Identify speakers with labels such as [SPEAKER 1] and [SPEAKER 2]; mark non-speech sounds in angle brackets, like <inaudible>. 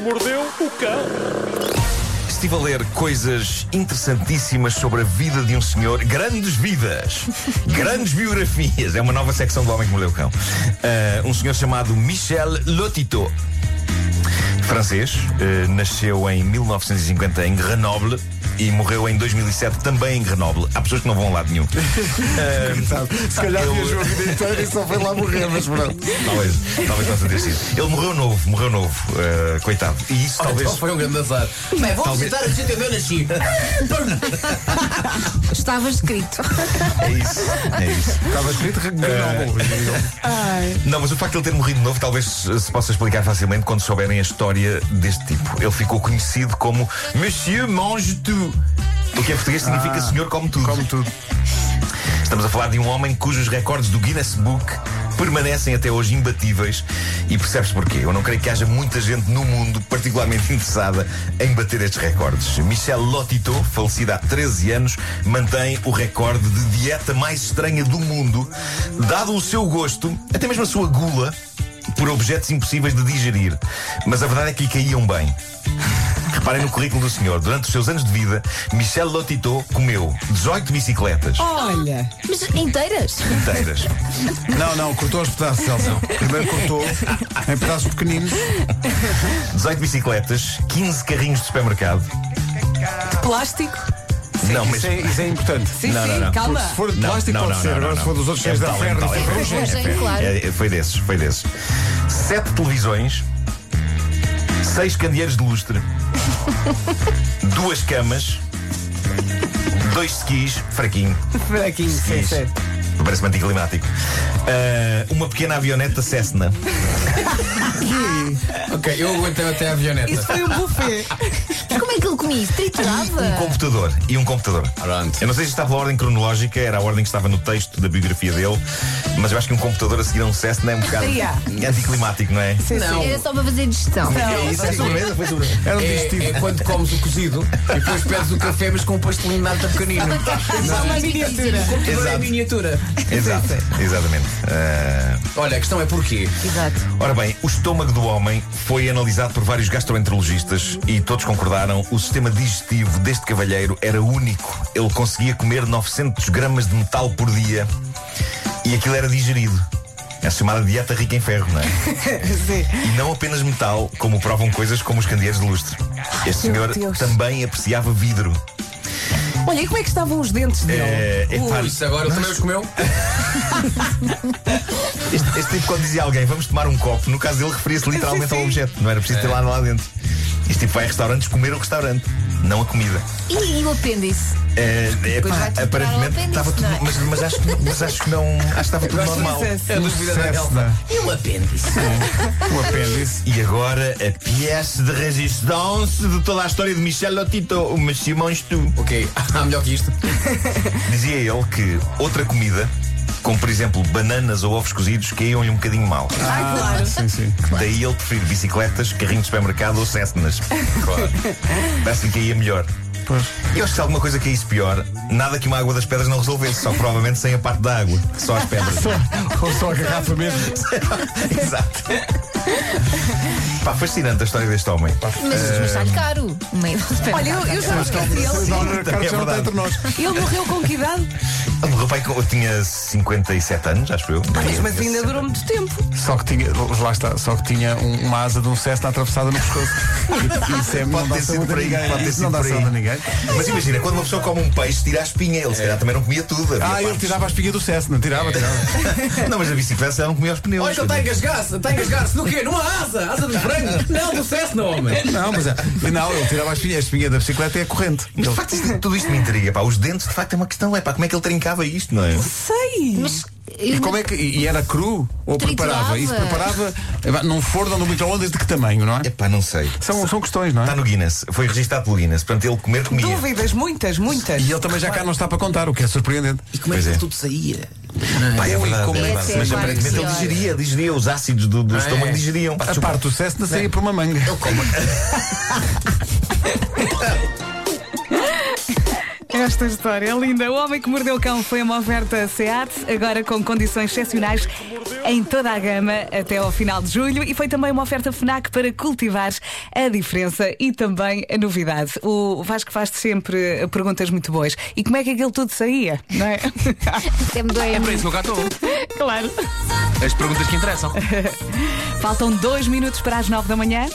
[SPEAKER 1] mordeu o cão.
[SPEAKER 2] Estive a ler coisas interessantíssimas sobre a vida de um senhor. Grandes
[SPEAKER 3] <laughs>
[SPEAKER 2] vidas. grandes biografias. É uma nova secção do Homem que Mordeu o Cão. Ah, um senhor chamado Michel Lotito. Francês. eh, nasceu em 1950 em Grenoble. E morreu em 2007 também em Grenoble. Há pessoas que não vão a lado
[SPEAKER 3] <laughs>
[SPEAKER 2] nenhum. Uh,
[SPEAKER 3] Sabe? Se calhar
[SPEAKER 2] Eu-
[SPEAKER 3] viajou a vida inteira e só foi lá morrer, mas pronto.
[SPEAKER 2] <laughs> talvez, talvez possa ter sido. Ele morreu novo, morreu novo. Ah, coitado. E isso talvez.
[SPEAKER 4] Então foi um grande azar. Bem, vou visitar o sítio onde eu nasci.
[SPEAKER 5] Estava escrito.
[SPEAKER 2] É isso. É isso.
[SPEAKER 3] Estava escrito Grenoble.
[SPEAKER 2] Não, mas o facto de ele ter morrido novo talvez eh, se possa explicar facilmente quando souberem a história deste tipo. Ele ficou conhecido como Monsieur Mange Tout, o que em português significa Senhor Come Tudo.
[SPEAKER 3] Como tudo.
[SPEAKER 2] Estamos a falar de um homem cujos recordes do Guinness Book permanecem até hoje imbatíveis e percebes porquê. Eu não creio que haja muita gente no mundo particularmente <laughs> interessada em bater estes recordes. Michel Lotito, falecida há 13 anos, mantém o recorde de dieta mais estranha do mundo, dado o seu gosto, até mesmo a sua gula, por objetos impossíveis de digerir. Mas a verdade é que lhe caíam bem. <laughs> Reparem no currículo do senhor. Durante os seus anos de vida, Michel Lotito comeu 18 bicicletas
[SPEAKER 6] Olha,
[SPEAKER 5] <laughs> Mas inteiras?
[SPEAKER 2] inteiras. Eh,
[SPEAKER 3] Não, não, cortou os pedaços, Celso. Primeiro cortou em pedaços pequeninos.
[SPEAKER 2] 18 bicicletas, 15 carrinhos de supermercado.
[SPEAKER 6] plástico.
[SPEAKER 2] não, mas.
[SPEAKER 3] Isso é, isso é importante.
[SPEAKER 6] Sim,
[SPEAKER 2] Não,
[SPEAKER 6] sim,
[SPEAKER 2] não, não.
[SPEAKER 6] calma.
[SPEAKER 3] Se for de
[SPEAKER 2] Não,
[SPEAKER 3] plástico,
[SPEAKER 2] não,
[SPEAKER 3] pode
[SPEAKER 2] não,
[SPEAKER 3] ser.
[SPEAKER 2] não,
[SPEAKER 3] Agora,
[SPEAKER 2] não,
[SPEAKER 3] se for dos
[SPEAKER 2] não.
[SPEAKER 3] outros, cheios
[SPEAKER 2] É
[SPEAKER 3] da
[SPEAKER 2] metal, é metal,
[SPEAKER 3] ferro.
[SPEAKER 2] é
[SPEAKER 3] isso é
[SPEAKER 5] ferrugem.
[SPEAKER 3] ferrugem.
[SPEAKER 5] claro.
[SPEAKER 2] É, foi desses, foi desses. Sete televisões, seis candeeiros de
[SPEAKER 6] <laughs>
[SPEAKER 2] lustre, duas camas, dois skis, fraquinho,
[SPEAKER 6] Fraquinho, sim,
[SPEAKER 2] Isso.
[SPEAKER 6] sim.
[SPEAKER 2] parece-me anticlimático, Ah, uma pequena avioneta Cessna.
[SPEAKER 4] ok, eu aguentei até a
[SPEAKER 6] Isso
[SPEAKER 4] avioneta.
[SPEAKER 6] foi um buffet.
[SPEAKER 5] Mas como é que ele comia isso?
[SPEAKER 2] Um
[SPEAKER 5] Triturava?
[SPEAKER 2] computador e um computador.
[SPEAKER 4] Pronto.
[SPEAKER 2] Eu não sei se está pela ordem cronológica, era a ordem que estava no texto da biografia dele, mas eu acho que um computador a seguir a um Cessna é um bocado
[SPEAKER 6] Yeah.
[SPEAKER 2] anticlimático, não é?
[SPEAKER 6] Sim, sim.
[SPEAKER 5] Era só para fazer digestão.
[SPEAKER 2] É isso, é sobremesa, foi sobremesa.
[SPEAKER 3] Era um
[SPEAKER 4] É,
[SPEAKER 3] vestido.
[SPEAKER 4] é quando comes o cozido e depois pedes o café, mas com um pastelinho de nata pequenino. é?
[SPEAKER 6] Só uma miniatura.
[SPEAKER 4] O computador é
[SPEAKER 2] Exato.
[SPEAKER 4] miniatura.
[SPEAKER 2] Exato, exatamente. Ah,
[SPEAKER 4] Olha, a questão é porquê.
[SPEAKER 5] Exato.
[SPEAKER 2] ora bem, o estômago do homem foi analisado por vários gastroenterologistas e todos concordaram o sistema digestivo deste cavalheiro era único. Ele conseguia comer 900 gramas de metal por dia e aquilo era digerido. É a chamada dieta rica em ferro, não é?
[SPEAKER 6] <laughs> Sim.
[SPEAKER 2] E não apenas metal, como provam coisas como os candeeiros de lustre. Este
[SPEAKER 6] Meu
[SPEAKER 2] senhor
[SPEAKER 6] Deus.
[SPEAKER 2] também apreciava vidro.
[SPEAKER 6] Olha, e como é que estavam os dentes dele?
[SPEAKER 2] É, é pá,
[SPEAKER 4] Ui, isso agora também os comeu?
[SPEAKER 2] Este, este tipo, quando dizia a alguém, vamos tomar um copo, no caso dele referia-se literalmente
[SPEAKER 6] Sim, sim.
[SPEAKER 2] ao objeto, não era preciso ter lá, lá dentro. Este tipo vai a restaurantes comer o restaurante, não a comida.
[SPEAKER 5] E, e o apêndice?
[SPEAKER 2] É, é,
[SPEAKER 5] Pois
[SPEAKER 2] pá,
[SPEAKER 5] vai-te dar
[SPEAKER 2] aparentemente
[SPEAKER 5] ao
[SPEAKER 2] estava tudo.
[SPEAKER 5] apêndice, não é?
[SPEAKER 2] Mas, mas acho, que- mas acho que não. Acho que estava tudo
[SPEAKER 4] Gosto
[SPEAKER 2] normal.
[SPEAKER 6] disso,
[SPEAKER 4] É a dúvida da Elsa. E um apêndice.
[SPEAKER 3] O Um apêndice.
[SPEAKER 2] E agora a pièce de resistance de toda a história de Michel Lotito, o Simões Tu.
[SPEAKER 4] Ok, <laughs> há melhor que isto.
[SPEAKER 2] Dizia ele que outra comida, como por exemplo bananas ou ovos cozidos, caíam-lhe um bocadinho mal.
[SPEAKER 6] Ah, claro.
[SPEAKER 2] <laughs>
[SPEAKER 3] Sim, sim.
[SPEAKER 2] Daí ele preferir bicicletas, carrinhos de supermercado ou Cessnas. Claro. Parece-lhe que ia melhor. E Eu acho que se alguma coisa caísse pior, nada que uma água das pedras não resolvesse, só provavelmente sem a parte da água, só as pedras.
[SPEAKER 3] <laughs> Ou só a garrafa mesmo.
[SPEAKER 2] Exato. Pá, fascinante a história deste homem.
[SPEAKER 5] Mas uh...
[SPEAKER 6] É.
[SPEAKER 5] está caro. Meio
[SPEAKER 6] Olha, eu, eu já me esqueci.
[SPEAKER 2] também é
[SPEAKER 3] Dona Carlos já não está
[SPEAKER 2] verdade.
[SPEAKER 3] entre nós.
[SPEAKER 6] Ele, ele morreu com que idade?
[SPEAKER 2] Ele morreu pai eu tinha 57 anos, acho eu.
[SPEAKER 5] Ah,
[SPEAKER 6] Mesmo assim ainda durou muito tempo.
[SPEAKER 3] Só que tinha, lá está, só que tinha um- uma asa de um Cessna atravessada no
[SPEAKER 2] <laughs>
[SPEAKER 3] pescoço. Isso é,
[SPEAKER 2] Pode
[SPEAKER 3] não dá
[SPEAKER 2] ter sido
[SPEAKER 3] saúde a
[SPEAKER 2] por aí,
[SPEAKER 3] ninguém.
[SPEAKER 2] pode ter
[SPEAKER 3] Isso
[SPEAKER 2] sido
[SPEAKER 3] não dá
[SPEAKER 2] por aí.
[SPEAKER 3] saúde a ninguém.
[SPEAKER 2] Mas imagina, quando uma pessoa come um peixe, tira a espinha, ele se calhar também não comia tudo. havia
[SPEAKER 3] É. Ah, ele
[SPEAKER 2] partes.
[SPEAKER 3] tirava a É. espinha do Cessna, tirava, <laughs> tirava.
[SPEAKER 2] Não, mas a bicicleta se calhar não comia os pneus.
[SPEAKER 4] Olha, então está a engasgar-se, está a engasgar-se. Do quê? Numa asa? Asa de frango? Não, do Cessna, homem.
[SPEAKER 3] Não, mas é, não, ele tirava a espinha, a espinha da bicicleta é a corrente.
[SPEAKER 2] Mas de
[SPEAKER 3] Ele-
[SPEAKER 2] facto, isto- tudo isto me intriga. Pá. Os dentes, de facto, é uma questão. É, pá, como é que ele trincava isto, não é?
[SPEAKER 6] Sei.
[SPEAKER 5] Mas
[SPEAKER 3] E
[SPEAKER 5] eu
[SPEAKER 3] como é que e e era cru ou
[SPEAKER 5] Triturava.
[SPEAKER 3] preparava? Isso preparava eh, vá, num forno ou num microondas de que tamanho, não é?
[SPEAKER 2] É pá, não sei.
[SPEAKER 3] São, são questões, não
[SPEAKER 2] Está
[SPEAKER 3] é?
[SPEAKER 2] no Guinness. Foi registado pelo Guinness. Portanto, ele comer comia.
[SPEAKER 6] Dúvidas, muitas, muitas.
[SPEAKER 3] E ele também já cá não está para contar, o que é surpreendente.
[SPEAKER 4] Como é
[SPEAKER 2] Pois
[SPEAKER 4] que
[SPEAKER 2] é.
[SPEAKER 4] tudo saía?
[SPEAKER 2] Pá, é verdade.
[SPEAKER 4] como
[SPEAKER 2] é
[SPEAKER 4] é
[SPEAKER 2] verdade.
[SPEAKER 5] que é
[SPEAKER 2] Mas
[SPEAKER 5] claro,
[SPEAKER 2] aparentemente ele
[SPEAKER 5] senhor.
[SPEAKER 2] digeria, digeria. Os ácidos do, do
[SPEAKER 4] Ah,
[SPEAKER 2] estômago
[SPEAKER 4] é.
[SPEAKER 2] digeriam. Pá,
[SPEAKER 3] A
[SPEAKER 2] chupa-
[SPEAKER 3] parte do Cessna saía por uma manga.
[SPEAKER 4] Como?
[SPEAKER 6] Esta história é linda. O Homem que Mordeu o Cão foi uma oferta SEAT, agora com condições excepcionais em toda a gama até ao final de julho. E foi também uma oferta FNAC para cultivar a diferença e também a novidade. O Vasco faz sempre eh, perguntas muito boas. E como é que aquilo tudo saía? Não <laughs> é?
[SPEAKER 5] Até me dói.
[SPEAKER 1] É para isso que eu cá estou.
[SPEAKER 6] claro.
[SPEAKER 1] As perguntas que interessam.
[SPEAKER 6] Faltam dois minutos para as nove da manhã.